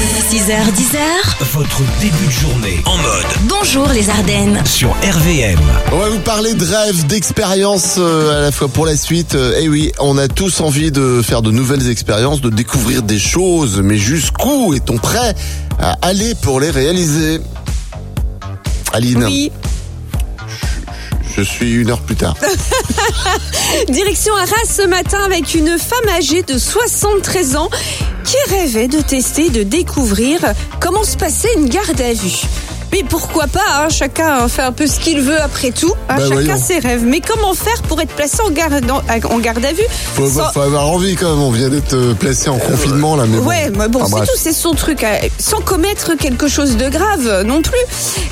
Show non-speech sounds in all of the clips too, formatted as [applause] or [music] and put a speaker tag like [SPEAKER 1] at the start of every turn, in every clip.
[SPEAKER 1] 6h, 10h,
[SPEAKER 2] Votre début de journée en mode
[SPEAKER 1] bonjour les Ardennes.
[SPEAKER 2] sur RVM.
[SPEAKER 3] On va vous parler de rêves, d'expériences euh, à la fois pour la suite. et oui, on a tous envie de faire de nouvelles expériences, de découvrir des choses, mais jusqu'où est-on prêt à aller pour les réaliser Aline,
[SPEAKER 4] Oui,
[SPEAKER 3] je suis une heure plus tard.
[SPEAKER 4] direction Arras ce matin avec une femme âgée de 73 ans qui rêvait de tester, de découvrir comment se passait une garde à vue. Mais pourquoi pas, hein, chacun fait un peu ce qu'il veut après tout, hein,
[SPEAKER 3] Bah,
[SPEAKER 4] chacun
[SPEAKER 3] voyons.
[SPEAKER 4] ses rêves. Mais comment faire pour être placé en garde, en, en garde à vue [laughs]
[SPEAKER 3] Faut,
[SPEAKER 4] sans-
[SPEAKER 3] faut avoir envie quand même, on vient d'être euh, placé en confinement là, mais bon.
[SPEAKER 4] Ouais, mais bon,
[SPEAKER 3] Enfin,
[SPEAKER 4] c'est
[SPEAKER 3] bref.
[SPEAKER 4] tout, c'est son truc. hein. Sans commettre quelque chose de grave euh, non plus.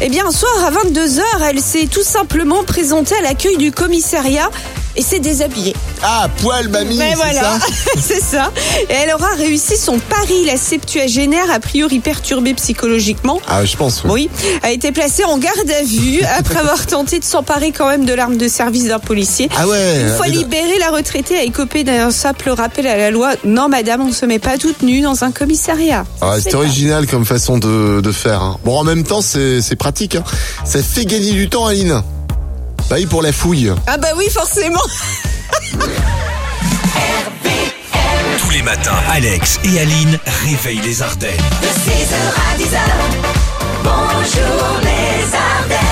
[SPEAKER 4] Eh bien, un soir à 22h, elle s'est tout simplement présentée à l'accueil du commissariat et s'est déshabillée.
[SPEAKER 3] Ah, poil mamie, c'est
[SPEAKER 4] Mais Ben voilà,
[SPEAKER 3] ça
[SPEAKER 4] [laughs] c'est ça. Et elle aura réussi son pari. La septuagénaire, a priori perturbée psychologiquement,
[SPEAKER 3] Ah, je pense. oui.
[SPEAKER 4] oui, a été placée en garde
[SPEAKER 3] [laughs]
[SPEAKER 4] à vue après avoir tenté de s'emparer quand même de l'arme de service d'un policier.
[SPEAKER 3] Ah ouais.
[SPEAKER 4] Une fois
[SPEAKER 3] mais-
[SPEAKER 4] libérée, la retraitée a écopé d'un simple rappel à la loi. Non, madame, on ne se met pas toute nue dans un commissariat. Ça
[SPEAKER 3] Ah,
[SPEAKER 4] se fait
[SPEAKER 3] c'est
[SPEAKER 4] pas.
[SPEAKER 3] original comme façon de, de faire. hein. Bon, en même temps, c'est c'est pratique. hein. Ça fait gagner du temps, Aline. Bah oui, pour la fouille.
[SPEAKER 4] Ah bah oui, forcément.
[SPEAKER 2] Tous les matins, Alex et Aline réveillent les Ardennes.
[SPEAKER 5] De 6h à 10h, bonjour les Ardennes.